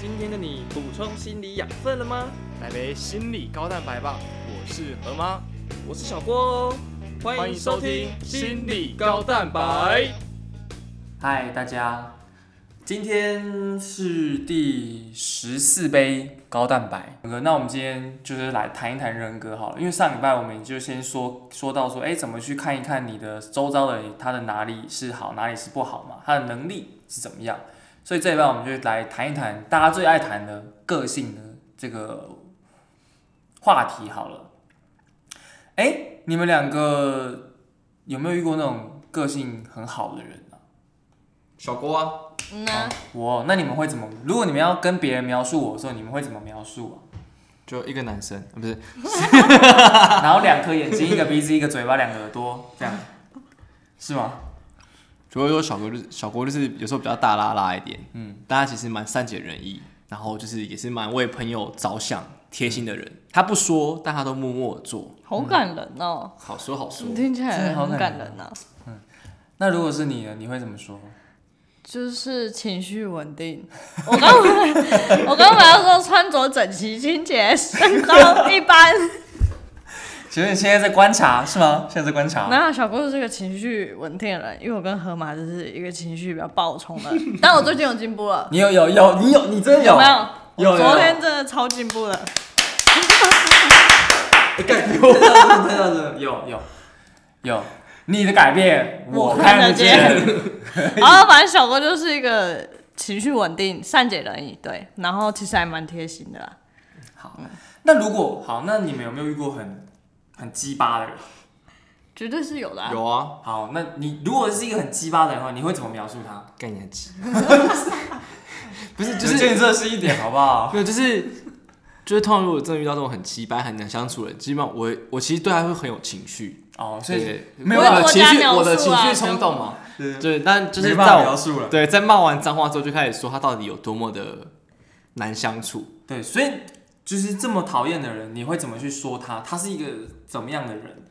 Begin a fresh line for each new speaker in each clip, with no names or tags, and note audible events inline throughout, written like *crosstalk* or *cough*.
听的你补充心理养分了吗？
来杯心理高蛋白吧！我是何妈，
我是小郭哦，欢迎收听《心理高蛋白》。
嗨，大家，今天是第十四杯高蛋白人格。那我们今天就是来谈一谈人格好了，因为上礼拜我们就先说说到说，哎，怎么去看一看你的周遭的他的哪里是好，哪里是不好嘛，他的能力是怎么样。所以这一半我们就来谈一谈大家最爱谈的个性的这个话题好了。哎，你们两个有没有遇过那种个性很好的人啊？
小郭啊，
嗯啊，
我，那你们会怎么？如果你们要跟别人描述我的时候，你们会怎么描述
就一个男生，啊不是
啊？然后两颗眼睛，一个鼻子，一个嘴巴，两个耳朵，这样是吗？
主要说小郭就是小郭就是有时候比较大拉拉一点，
嗯，
大家其实蛮善解人意，然后就是也是蛮为朋友着想、贴心的人。他不说，但他都默默做，
好感人哦，
好说好说。
听起
真的
来
好
很
感
感
人
人啊，
那如果是你呢？你会怎么说？
就是情绪稳定。我刚 *laughs* 本我刚本来说穿着整齐、清洁、身高
*laughs*
一般，
其实你现在在观察是吗？现在在观察。
哪有小郭是个情绪稳定的人？因为我跟河马就是一个情绪比较暴冲的
*laughs*
人，但我最近有进步了，
你有有有，你有你真的
有没有？
有有
我昨天真的超进步
*laughs*
了。
哎干有真的真的真的有有有，你的改变我
我
看
看
得
得见
见。
然后反正小郭就是一个情绪稳定、善解人意，对，然后其实还蛮贴心的啦。
好， *laughs* 那如果好，那你们有没有遇过很很鸡巴的人？
绝对是有的、啊，
有啊，
好，那你如果是一个很鸡巴的人的话，你会怎么描述他？
概念机，不是就
就是
是
见色是一点，好不好？
没有，就是就是，通常如果真的遇到这种很奇葩、很难相处的人，基本上我我其实对他会很有情绪，
*laughs* 哦，所
对
以
对，
没有
我
办
法
的情
我
绪，
家
我的
描述
情
啊
绪冲动嘛，
对
对，但就是
啊没
在
办法啊
我
描述了。
对，在骂完脏话之后，就开始说他到底有多么的难相处。
对，所以就是这么讨厌的人，你会怎么去说他？他是一个怎么样的人？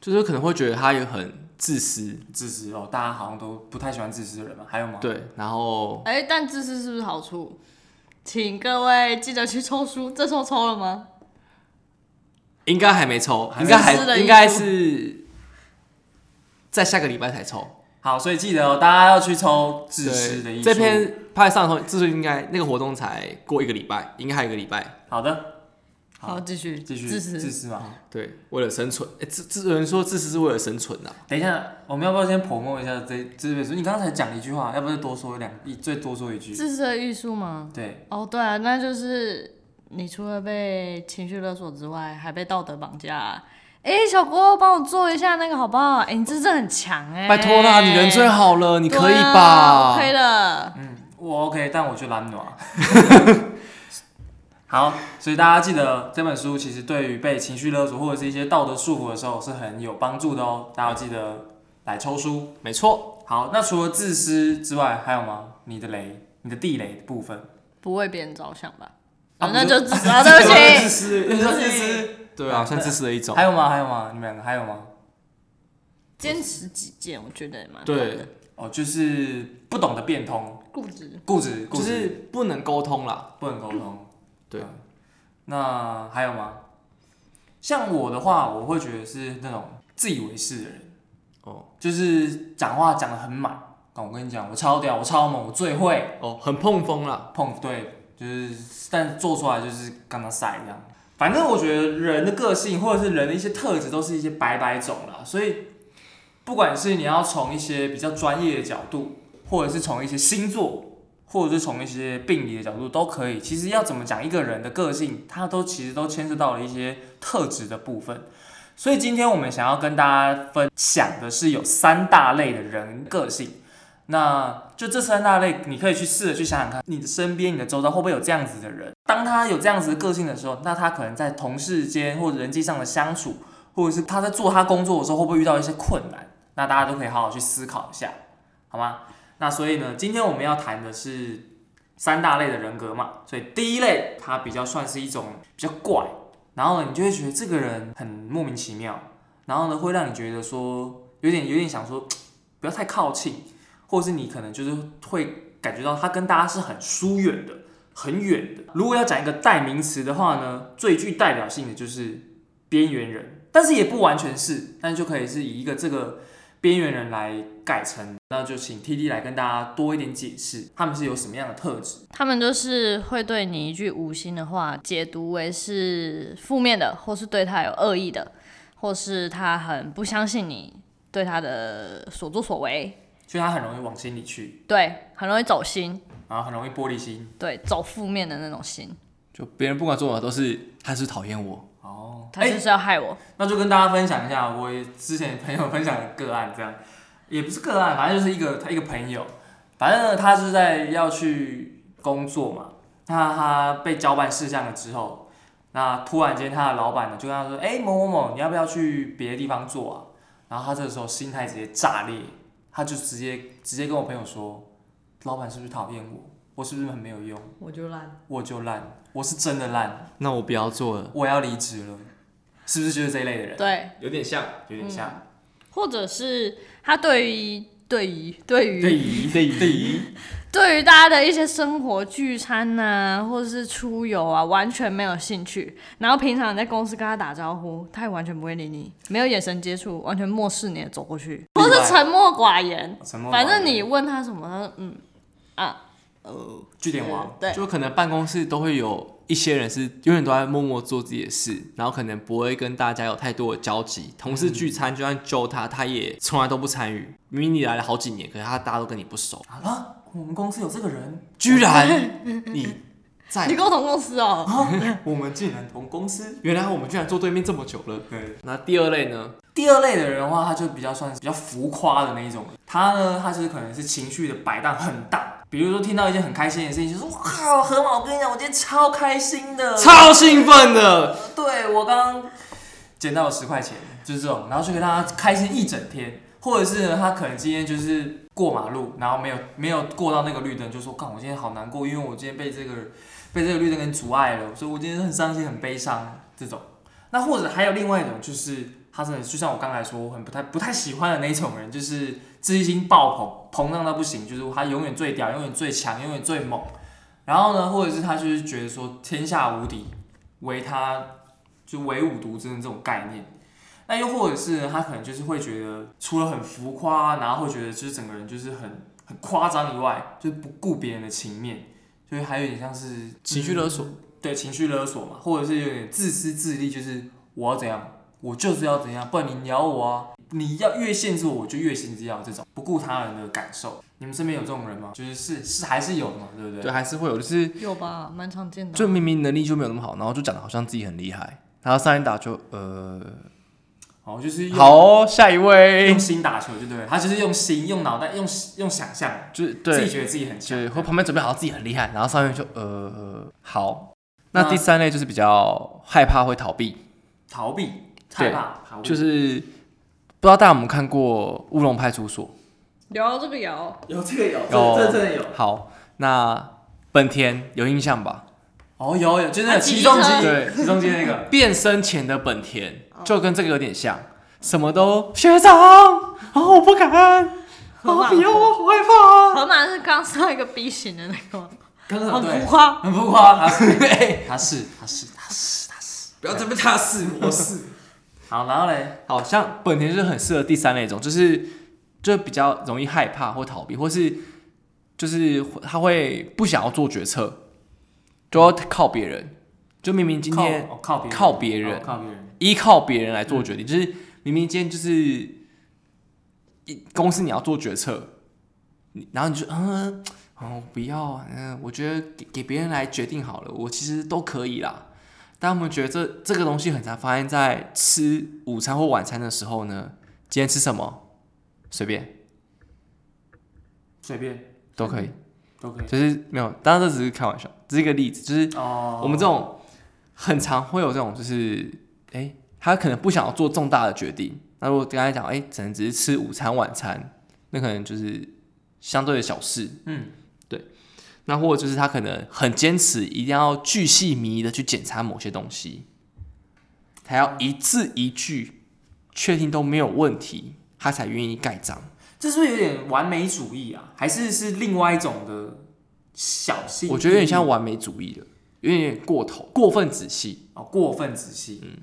就是可能会觉得他也很自私，
自私哦，大家好像都不太喜欢自私的人嘛。还有吗？，
对，然后
哎、但自私是不是好处？请各位记得去抽书，这时候抽了吗？
应该还没抽，
还
应
没
该还
撕了一
应该是在下个礼拜才抽。
好，所以记得哦，大家要去抽自私的
对，
艺术。
这篇拍上头，这是应该那个活动才过一个礼拜，应该还有一个礼拜。
好的，好
好，继续，
继续
自
自
私。
私嘛。
对，为了生存，哎、自自有人说自私是为了生存呐、啊
等一下，我们要不要先捧墨一下这这本书？你刚才讲了一句话，要不要多说两一最多说一句？
自私的艺术吗？
对，
哦，对啊，那就是你除了被情绪勒索之外，还被道德绑架、哎、小郭，帮我做一下那个好不好？哎、你这真的很强哎、
拜托啦，你人最好了，你
对啊，
可以吧？
可以的，
我 OK，但我去懒暖。 *laughs* 好，所以大家记得这本书其实对于被情绪勒索或者是一些道德束缚的时候是很有帮助的哦。大家要记得来抽书。
没错，
好，那除了自私之外，还有吗？你的雷，你的地雷的部分。
不为别人着想吧。
啊
啊
不
那
是
就自私啊，对
*laughs*
不
*laughs*
自
起。
私，又是自私。
对啊，算自私的一种。
还有吗？还有吗？你们两个还有吗？
坚持己见，我觉得也蛮好
对
的，，
哦，就是不懂得变通，
固执。
固执，固
就
执，
是不能沟通啦。
不能沟通。
对
嗯，那还有吗？像我的话，我会觉得是那种自以为是的人。
哦
就是讲话讲的很满。哦我跟你讲，我超屌，我超猛，我最会
哦，很碰风啦。
碰，对，就是，但做出来就是刚刚晒这样。反正我觉得人的个性或者是人的一些特质都是一些百百种啦，所以不管是你要从一些比较专业的角度，或者是从一些星座，或者是从一些病理的角度都可以。其实要怎么讲一个人的个性，它都其实都牵涉到了一些特质的部分。所以今天我们想要跟大家分享的是有三大类的人个性。那就这三大类，你可以去试着去想想看，你的身边、你的周遭会不会有这样子的人？当他有这样子的个性的时候，那他可能在同事间或者人际上的相处，或者是他在做他工作的时候，会不会遇到一些困难？那大家都可以好好去思考一下，好吗？那所以呢，今天我们要谈的是三大类的人格嘛，所以第一类它比较算是一种比较怪，然后呢，你就会觉得这个人很莫名其妙，然后呢，会让你觉得说有点有点想说不要太靠近，或者是你可能就是会感觉到他跟大家是很疏远的，很远的。如果要讲一个代名词的话呢，最具代表性的就是边缘人，但是也不完全是，但就可以是以一个这个边缘人来改成。那就请 T D 来跟大家多一点解释，他们是有什么样的特质？
他们就是会对你一句无心的话解读为是负面的，或是对他有恶意的，或是他很不相信你对他的所作所为，
所以他很容易往心里去，
对，很容易走心，
然后很容易玻璃心。
对，走负面的那种心，
就别人不管做什么都是他是讨厌我，
哦，
他就是要害我。
那就跟大家分享一下我之前朋友分享的个案，这样也不是个案，反正就是一个他一个朋友，反正呢他是在要去工作嘛，那他被交办事项了之后，那突然间他的老板呢就跟他说，哎、某某某，你要不要去别的地方做啊？然后他这个时候心态直接炸裂，他就直接直接跟我朋友说，老板是不是讨厌我？我是不是很没有用？
我就烂，
我就烂，我是真的烂，
那我不要做了。
我要离职了，是不是就是这一类的人？
对，
有点像，
有点像。
或者是他对于对于对于
对于对于对于，
对于大家的一些生活聚餐呐、或者是出游啊，完全没有兴趣。然后平常你在公司跟他打招呼，他也完全不会理你，没有眼神接触，完全漠视你的走
*laughs*
过去，
例
或
外
是沉默寡言。
沉默
反正你问他什么，他说嗯啊，
据点王，
对，
就可能办公室都会有一些人是永远都在默默做自己的事，然后可能不会跟大家有太多的交集。同事聚餐，就算揪他，他也从来都不参与。明明你来了好几年，可是他大家都跟你不熟，
啊，我们公司有这个人，
居然你
*laughs*
在
你，跟我同公司哦、
我们竟然同公司。
原来我们居然坐对面这么久了。
对，
那第二类呢？
第二类的人的话，他就比较算是比较浮夸的那一种。他呢，他就是可能是情绪的摆荡很大，比如说听到一件很开心的事情，就说哇，河马，我跟你讲，我今天超开心的，
超兴奋的，
对我刚刚捡到了十块钱，就是这种，然后就给他开心一整天，或者是呢，他可能今天就是过马路，然后没有没有过到那个绿灯，就说：“看我今天好难过，因为我今天被这个被这个绿灯给阻碍了，所以我今天很伤心、很悲伤。”这种，那或者还有另外一种，就是他真的就像我刚才说，我很不太不太喜欢的那一种人，就是自信心爆棚，膨胀到不行，就是他永远最屌，永远最强，永远最猛。然后呢，或者是他就是觉得说天下无敌，唯他就唯吾独尊这种概念。那又或者是他可能就是会觉得，除了很浮夸，然后会觉得就是整个人就是很很夸张以外，就是不顾别人的情面，就是还有点像是
情绪勒索。
对情绪勒索嘛，或者是有点自私自利，就是我要怎样，我就是要怎样，不然你咬我啊，你要越限制我，我就越限制要这种不顾他人的感受。你们身边有这种人吗？就是是是还是有的嘛，对不对？
对，啊还是会有，就是
有吧，蛮常见的。
就明明能力就没有那么好，然后就讲的好像自己很厉害，然后上一打就呃，
好，就是用
好哦、下一位
用，心打球，就对了。他就是用心、用脑袋、用用想象，
就是
自
对
己，觉得自己很强
对，。或旁边准备好自己很厉害，然后上面就呃好。
那
那第三类就是比较害怕，会逃避，
逃避、害
对
怕、逃避，
就是不知道大家有没有看过《乌龙派出所
聊这个聊，
有这个有，
有
这这真的有。》？
好，那本田有印象吧？
哦，有有，就是那个
啊骑
起重机，
车
对
起重机那个。
变身前的本田
哦
就跟这个有点像，什么都学长，然、后我不敢，
河马
哦，不要，我好害怕
*laughs*
*laughs* 啊。
河马是刚上一个 B 型的那个吗，
*laughs* 刚刚
很浮
对，
夸。
很浮夸，他是他是他是他是他是，
哎不要这么大肆我是。
好，然后嘞，
好像本田就是很适合第三类种，就是就比较容易害怕或逃避，或是就是他会不想要做决策，就要靠别人。就明明今
靠
天
哦靠别人
靠别人
哦靠别人，
依靠别人来做决定，就是明明今天就是一公司你要做决策，你然后你就嗯哦不要啊，嗯，我觉得给给别人来决定好了，我其实都可以啦。但他们觉得这这个东西很常发现在吃午餐或晚餐的时候呢，今天吃什么随便
随便
都可以，
都可以。
就是没有，当然这只是开玩笑，只是一个例子，就是
哦，
我们这种很常会有这种，就是哎、诶他可能不想要做重大的决定。那如果跟他讲，哎、只能只是吃午餐、晚餐，那可能就是相对的小事。
嗯，
对。那或者就是他可能很坚持，一定要巨细靡遗的去检查某些东西，他要一字一句确定都没有问题，他才愿意盖章。
这是不是有点完美主义啊？还是是另外一种的小心翼翼，
我觉得有点像完美主义的，有点过头，过分仔细，
哦过分仔细。
嗯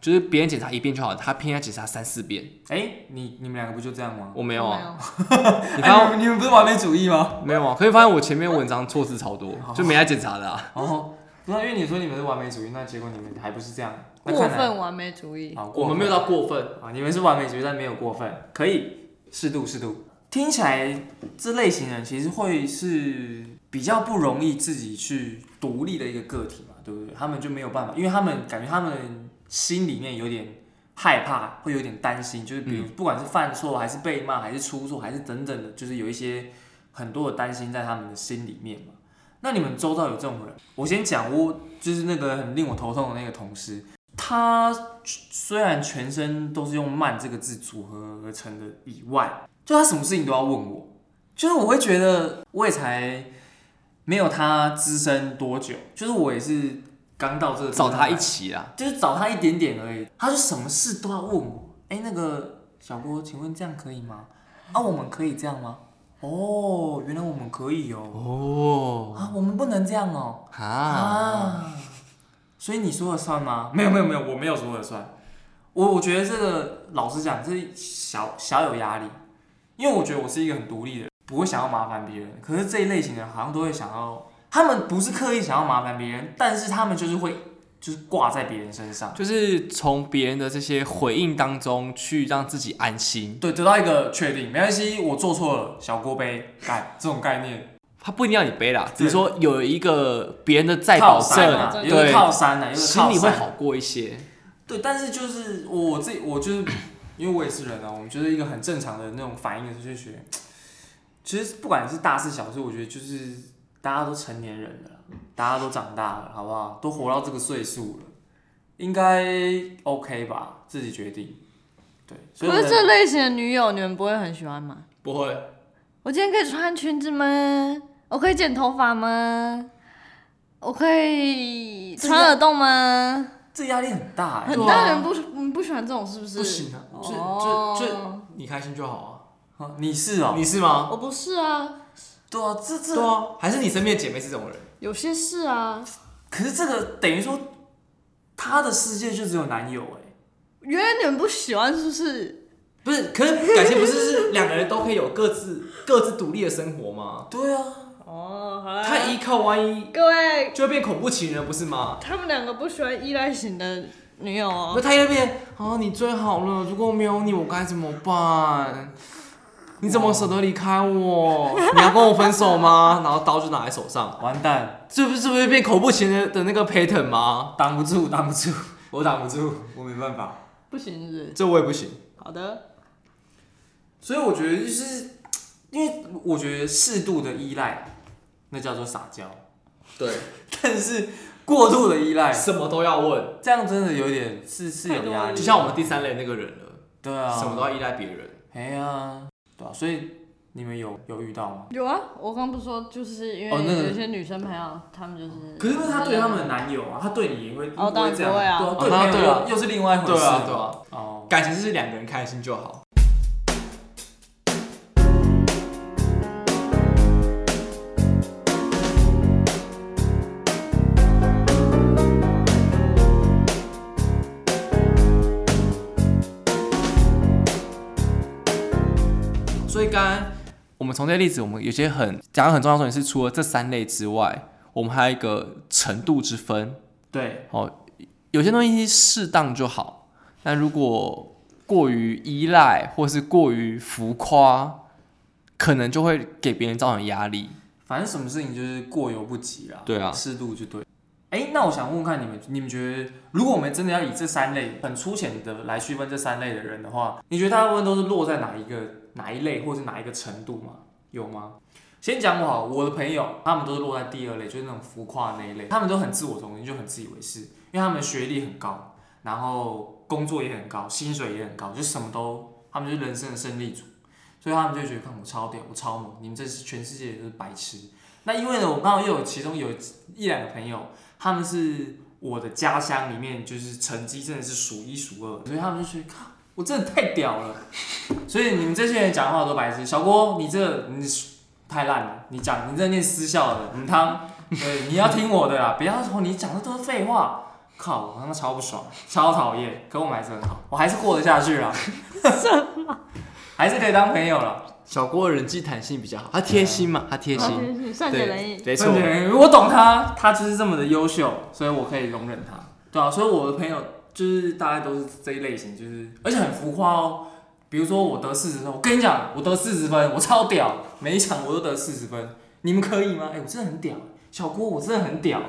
就是别人检查一遍就好了，他偏要检查三四遍。
哎、你你们两个不就这样吗？
我没有啊，你
哎你
发
们你们不是完美主义
*laughs*
吗？
没有啊？可以发现我前面文章错字超多，就没来检查的啊。
哦，不是，因为你说你们是完美主义，那结果你们还不是这样？那
过
看来
分完美主义。
啊，过
我
分
们没有到过分，
啊，你们是完美主义，但没有过分，可以适度适度。听起来这类型人其实会是比较不容易自己去独立的一个个体嘛，对不对？他们就没有办法，因为他们感觉他们心里面有点害怕，会有点担心，就是比如不管是犯错还是被骂还是出错还是等等的，就是有一些很多的担心在他们的心里面嘛。那你们周遭有这种人？我先讲，我就是那个很令我头痛的那个同事，他虽然全身都是用“慢”这个字组合而成的以外，就他什么事情都要问我，就是我会觉得我也才没有他资深多久，就是我也是刚到这个
找他一
起。
起啊。
就是找他一点点而已，他就什么事都要问我。哎、那个小郭，请问这样可以吗？啊，我们可以这样吗？哦，原来我们可以哦。
哦，
啊，我们不能这样哦。
啊，
啊，所以你说了算吗？没有没有没有，我没有说了算。我我觉得这个老实讲，这小小有压力，因为我觉得我是一个很独立的人，不会想要麻烦别人。可是这一类型的人好像都会想要，他们不是刻意想要麻烦别人，但是他们就是会就是挂在别人身上。
就是从别人的这些回应当中去让自己安心，
对，得到一个确定，没关系，我做错了，小锅杯盖这种概念，
他不一定要你背啦，
对
只是说有一个别人的再
靠
保
山
证，
啊，有个
对，
靠山啊，有个
心
靠
里会
山。
好过一些。
对，但是就是我我自己，我就是因为我也是人啊，我们就是一个很正常的那种反应的时候就觉得，其实不管是大事小事，我觉得就是大家都成年人了，大家都长大了，好不好？都活到这个岁数了，应该 OK 吧？自己决定。对，所以
可
我
是
的
这类型的女友，你们不会很喜欢吗？
不会，
我今天可以穿裙子吗？我可以剪头发吗？我可以穿耳洞吗？
这压力很大、欸，
很
对啊
多人不你不喜欢这种，是不是？
不行啊，这
哦
这这，你开心就好
啊你是
啊。
哦、
你是吗？
我不是啊，
对啊，这这
对啊，还是你身边的姐妹是这种人？
有些是啊，
可是这个等于说，她的世界就只有男友哎、
原来你们不喜欢是不是？
不是，可是感情不是是两个人都可以有各自各自独立的生活吗？
对啊，
哦，好啦
他依靠万一
各位，
就会变恐怖情人，不是吗？
他们两个不喜欢依赖型的女友
那
哦。
他那边啊，你最好了，如果没有你，我该怎么办？你怎么舍得离开我？你要跟我分手吗？然后刀就拿在手上，
完蛋，
这不是不是变恐怖情人的那个 pattern 吗？
挡不住， *laughs* 挡不住，我挡不住，我没办法。
不行是不是？
这我也不行。
好的，
所以我觉得就是，因为我觉得适度的依赖，那叫做撒娇，
对，
但是过度的依赖，
什么都要问，
这样真的有点是是有压力，
就像我们第三类那个人了，
对啊，
什么都要依赖别人。
哎呀，对啊，所以你们有有遇到吗？
有啊，我刚不是说，就是因为
哦那个
有些女生朋友，她们就是，
可是那是她对她们的男友啊，她对你也会
哦当然
这样
不会啊
对啊，
哦
对
当然
朋友
对啊
又又是另外一回事，
对啊，对啊，
哦。
感情是两个人开心就好。所以刚刚我们从这些例子，我们有些很讲的很重要的重点是，除了这三类之外，我们还有一个程度之分。
对，
有些东西适当就好，但如果过于依赖或是过于浮夸，可能就会给别人造成压力。
反正什么事情就是过犹不及啦，
对啊
适度就对。哎，那我想问问看你们，你们觉得如果我们真的要以这三类很粗浅的来区分这三类的人的话，你觉得大部分都是落在哪一个哪一类，或是哪一个程度吗？有吗？先讲我好，我的朋友他们都是落在第二类，就是那种浮夸的那一类，他们都很自我中心，就很自以为是，因为他们学历很高，然后工作也很高，薪水也很高，就什么都，他们就是人生的胜利组，所以他们就觉得看我超屌，我超猛，你们这是全世界都是白痴。那因为呢，我刚好又有其中有一两个朋友，他们是我的家乡里面，就是成绩真的是数一数二，所以他们就觉得，靠，我真的太屌了。所以你们这些人讲话都白痴。小郭，你这你太烂了，你讲你在念私校的，嗯汤，对，你要听我的啦，不要说你讲的都是废话。靠，我他妈超不爽，超讨厌，可我们还是很好，我还是过得下去啊，还是可以当朋友了。
小郭人际弹性比较好，他贴心嘛，他贴心，
善解人意。
没错
对，我懂他，他就是这么的优秀，所以我可以容忍他。对啊，所以我的朋友就是大概都是这一类型，就是而且很浮夸哦。比如说我得四十分，我跟你讲，我得四十分，我超屌，每一场我都得四十分，你们可以吗？哎、我真的很屌，小郭，我真的很屌，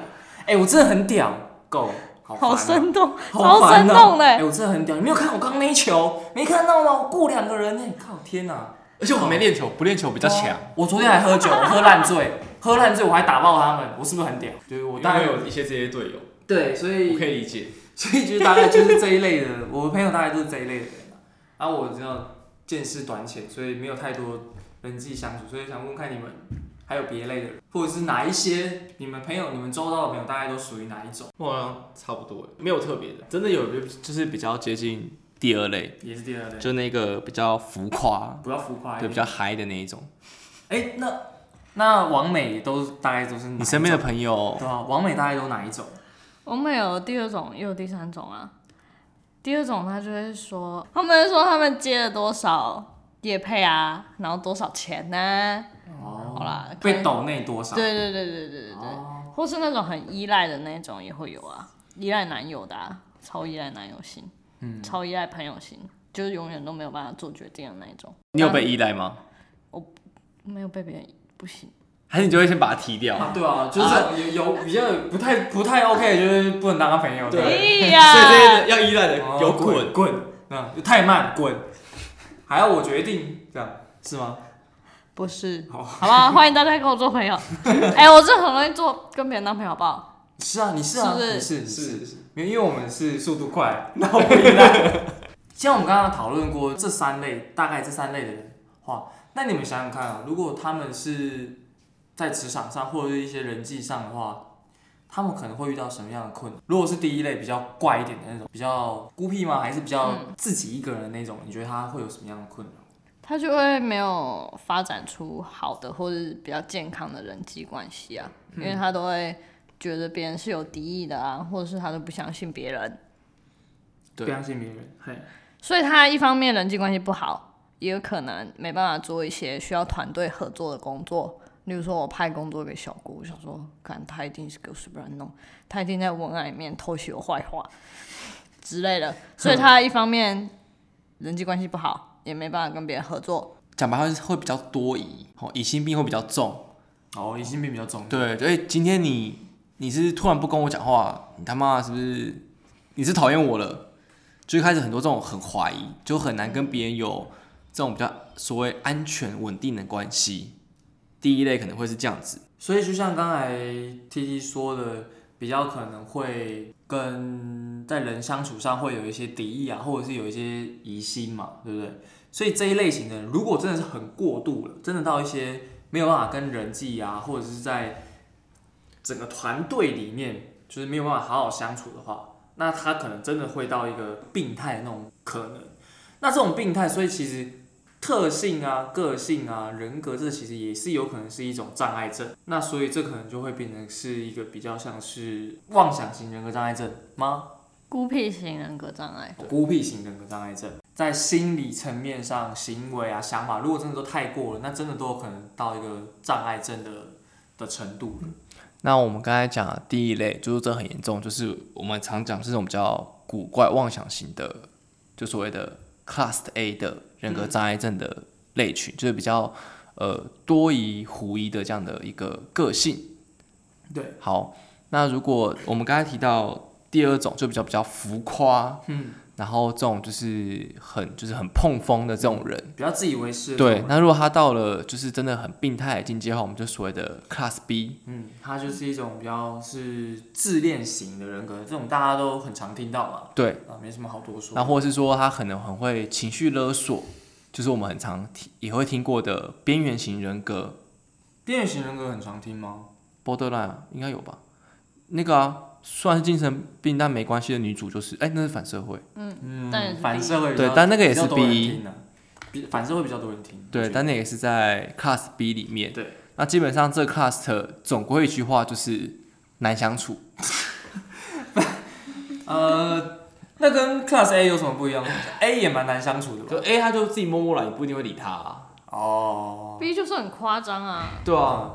哎、我真的很屌，够，好烦啊
好生动，
好
超
烦
生
哦
动
哎、
嘞！
我真的很屌，你没有看我刚刚那一球，没看到吗？我过两个人呢、哎靠天哪、
而且我没练球，不练球比较强。
哦我昨天还喝酒，我喝烂醉， *laughs* 喝烂醉我还打爆他们，我是不是很屌？就是我
我
大
大
概
概有一些这些队友，
对，所
我可
以
以理解。
*laughs* 所以就是大概就是这一类的，我朋友大概都是这一类的人啊。啊，我知道见识短浅，所以没有太多人际相处，所以想问看你们还有别类的人，或者是哪一些你们朋友、你们周遭的朋友大概都属于哪一种？
我好像差不多，没有特别的。
真的有就是比较接近第二类，
也是第二类，
就那个比较浮夸，
不要浮夸一
对，
点
比。较嗨的那一种。
哎、那那王美都大概都是
你身边
的
的朋友
对啊，王美大概都哪一种？
我们有第二种，也有第三种啊。第二种他就会说，他们会说他们接了多少业配啊，然后多少钱呢、
啊
哦，
嗯好啦，可
被
能
抖内多少？
对对对对对对对，
哦，
或是那种很依赖的那种也会有啊，依赖男友的、啊，超依赖男友型，
嗯，
超依赖朋友型，就是永远都没有办法做决定的那一种。
你有被依赖吗？
没有被别人不行，
还是你就会先把它踢掉？
啊，对啊，就是有有比较不太不太 OK，就是不能当他朋友。
对 *laughs*
哎
所以这些
呀，
人要依赖的
哦
有滚，
滚，嗯，就太慢滚，还要我决定这样是吗？
不是，
好
好吧，欢迎大家跟我做
*laughs*
朋友。哎，我这很容易做跟别人当朋友，好不好？
是啊，你是啊，
是不是
你是你
是
是，没有因为我们是速度快， *laughs* 那我不依赖。像我们刚刚讨论过这三类，大概这三类的人，哇，那你们想想看啊，如果他们是在职场上或者是一些人际上的话，他们可能会遇到什么样的困难？如果是第一类比较怪一点的那种，比较孤僻吗？还是比较自己一个人的那种？你觉得他会有什么样的困扰？
他就会没有发展出好的或者是比较健康的人际关系啊，因为他都会觉得别人是有敌意的啊，或者是他都不相信别人，
对
不相信别人，嘿，
所以他一方面人际关系不好，也有可能没办法做一些需要团队合作的工作。例如说，我派工作给小姑，我想说，看他一定是给我随便乱弄，他一定在文案里面偷写我坏话 *laughs* 之类的。所以他一方面人际关系不好，也没办法跟别人合作。
讲白话就是会比较多疑，哦，疑心病会比较重。
哦，疑心病比较重，
对，所以今天你你是突然不跟我讲话，你他妈是不是你是讨厌我了？就开始很多这种很怀疑，就很难跟别人有这种比较所谓安全稳定的关系。第一类可能会是这样子，
所以就像刚才 T T 说的，比较可能会跟在人相处上会有一些敌意啊，或者是有一些疑心嘛，对不对？所以这一类型的人，如果真的是很过度了，真的到一些没有办法跟人际啊，或者是在整个团队里面，就是没有办法好好相处的话，那他可能真的会到一个病态那种可能。那这种病态，所以其实特性啊、个性啊、人格，这其实也是有可能是一种障碍症。那所以这可能就会变成是一个比较像是妄想型人格障碍症吗？
孤僻型人格障碍，
孤僻型人格障碍症，在心理层面上，行为啊、想法，如果真的都太过了，那真的都有可能到一个障碍症的的程度了。
那我们刚才讲的第一类，就是这很严重，就是我们常讲是这种比较古怪妄想型的，就所谓的 Class A 的人格障碍症的类群，就是比较呃多疑狐疑的这样的一个个性。
对，
好，那如果我们刚才提到第二种，就比较比较浮夸，
嗯，
然后这种就是很就是很碰风的这种人，
比较自以为是。
对。，那如果他到了就是真的很病态的境界的话，我们就所谓的 Class B。
嗯，他就是一种比较是自恋型的人格，这种大家都很常听到嘛。
对
啊，没什么好多说。
那或者是说他可能很会情绪勒索，就是我们很常听也会听过的边缘型人格
边缘型人格很常听吗？
（borderline） 应该有吧？那个啊，虽然是精神病但没关系的女主就是，哎、那是反社会，
嗯
但也是
反社会比较
对，但那个也是
比较多人
B，
听的比反正会比较多人听。我
对，
觉得
但那也是在 Class B 里面。
对，
那基本上这个 Class 的总归一句话就是难相处。
呃，那跟 Class A 有什么不一样？A *laughs* 也蛮难相处的
可
吧？
A 他就自己默默来，你不一定会理他、啊。
哦，嗯
B 就是很夸张啊，
对啊，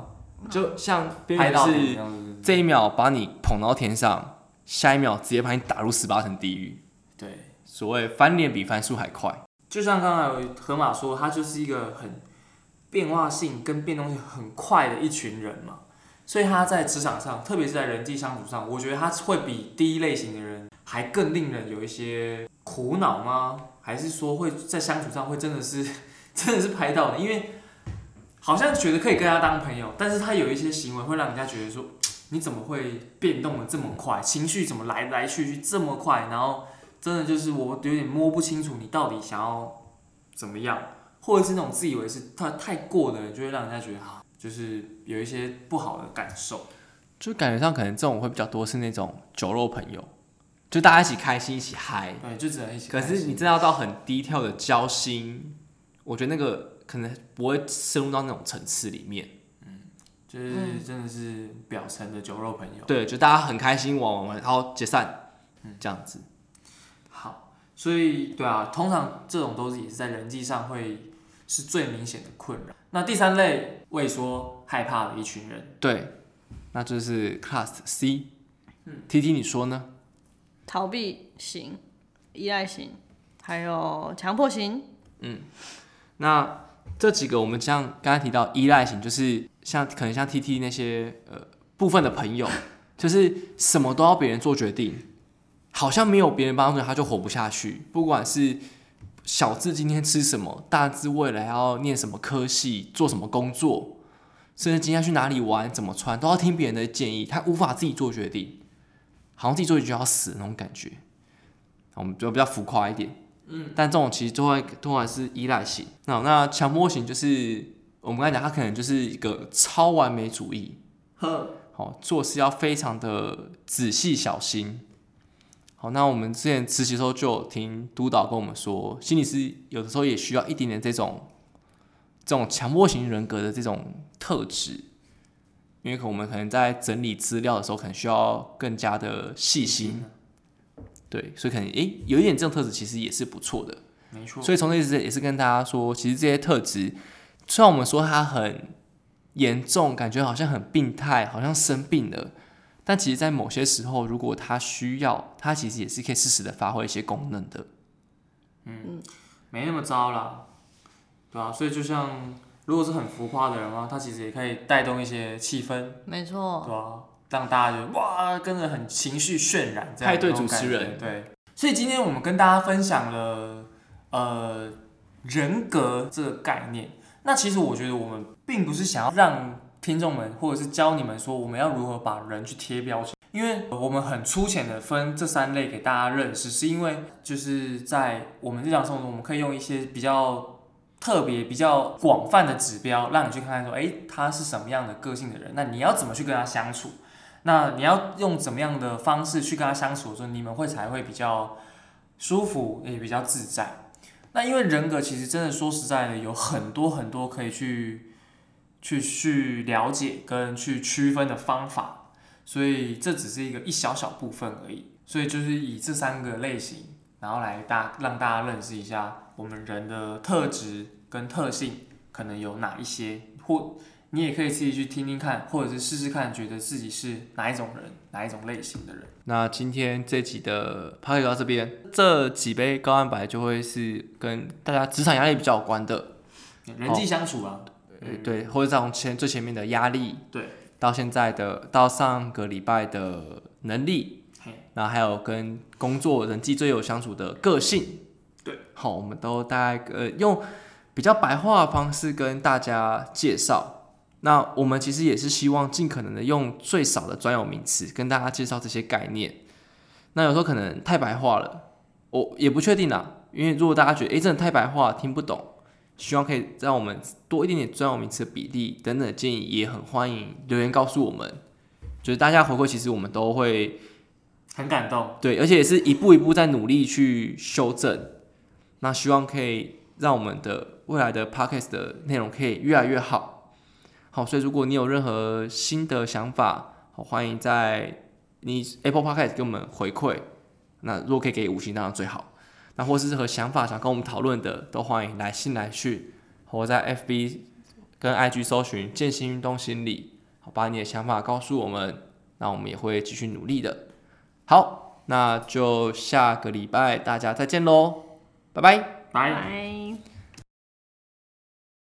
就像边
拍
缘
到
是
你这样子。
这一秒把你捧到天上，下一秒直接把你打入十八层地狱。
对，
所谓翻脸比翻书还快。
就像刚才有河马说，他就是一个很变化性跟变动性很快的一群人嘛，所以他在职场上，特别是在人际相处上，我觉得他会比第一类型的人还更令人有一些苦恼吗？还是说会在相处上会真的是 *laughs* 真的是拍到你？因为好像觉得可以跟他当朋友，但是他有一些行为会让人家觉得说，你怎么会变动的这么快？情绪怎么来来去去这么快？然后真的就是我有点摸不清楚你到底想要怎么样，或者是那种自以为是他太过的人，就会让人家觉得啊，就是有一些不好的感受。
就感觉上可能这种会比较多是那种酒肉朋友，就大家一起开心一起嗨。
对，就只能一起
嗯可
开心。
是你真的要到很低调的交心，我觉得那个可能不会深入到那种层次里面。
就是真的是表层的酒肉朋友。
对，就大家很开心玩玩玩，然后解散，这样子。
好，所以对啊，通常这种都是也是在人际上会是最明显的困扰。那第三类畏缩害怕的一群人，
对，那就是 Class C。T T，你说呢？
逃避型、依赖型，还有强迫型。
那这几个我们像刚才提到依赖型，就是像可能像 T T 那些呃部分的朋友，就是什么都要别人做决定，好像没有别人帮助他就活不下去。不管是小智今天吃什么，大智未来要念什么科系，做什么工作，甚至今天要去哪里玩、怎么穿，都要听别人的建议，他无法自己做决定，好像自己做决定就要死的那种感觉。我们就比较浮夸一点。但这种其实都会通常是依赖型。那那强迫型就是我们刚才讲，他可能就是一个超完美主义，好做事要非常的仔细小心。好，那我们之前实习的时候就有听督导跟我们说，心理师有的时候也需要一点点这种这种强迫型人格的这种特质，因为可我们可能在整理资料的时候，可能需要更加的细心。对，所以可能诶、有一点这种特质其实也是不错的。
没错，
所以从这次也是跟大家说，其实这些特质，虽然我们说它很严重，感觉好像很病态，好像生病了，但其实在某些时候，如果它需要，它其实也是可以适时的发挥一些功能的。
没那么糟啦，对啊，所以就像如果是很浮夸的人嘛，他其实也可以带动一些气氛。
没错，
对啊，让大家就哇跟着很情绪渲染这样
派对
那种
主持人
感觉对，所以今天我们跟大家分享了呃人格这个概念。那其实我觉得我们并不是想要让听众们或者是教你们说我们要如何把人去贴标签，因为我们很粗浅的分这三类给大家认识，是因为就是在我们日常生活中，我们可以用一些比较特别、比较广泛的指标，让你去看看说，诶，他是什么样的个性的人，那你要怎么去跟他相处？那你要用怎么样的方式去跟他相处的时候，你们会才会比较舒服，也比较自在。那因为人格其实真的说实在的，有很多很多可以去去去了解跟去区分的方法，所以这只是一个一小小部分而已。所以就是以这三个类型，然后来大让大家认识一下我们人的特质跟特性可能有哪一些，或你也可以自己去听听看，或者是试试看，觉得自己是哪一种人，哪一种类型的人。
那今天这集的 p a r 到这边，这几杯高蛋白就会是跟大家职场压力比较有关的，
人际相处啊，嗯
呃对，或者从前最前面的压力，
对，
到现在的到上个礼拜的能力
嘿，
然后还有跟工作人际最有相处的个性，
对，
好，我们都大概呃用比较白话的方式跟大家介绍。那我们其实也是希望尽可能的用最少的专有名词跟大家介绍这些概念。那有时候可能太白话了，我也不确定啦，因为如果大家觉得诶真的太白话听不懂，希望可以让我们多一点点专有名词的比例等等的建议，也很欢迎留言告诉我们。就是大家回馈，其实我们都会
很感动。
对，而且也是一步一步在努力去修正。那希望可以让我们的未来的 podcast 的内容可以越来越好。好，所以如果你有任何新的想法，好欢迎在你 Apple Podcast 给我们回馈。那如果可以给五星，当然最好。那或是任何想法想跟我们讨论的，都欢迎来信来去。我在 FB 跟 IG 搜寻“健心运动心理”，好，把你的想法告诉我们，那我们也会继续努力的。好，那就下个礼拜大家再见喽，拜拜。
哎
拜。
拜。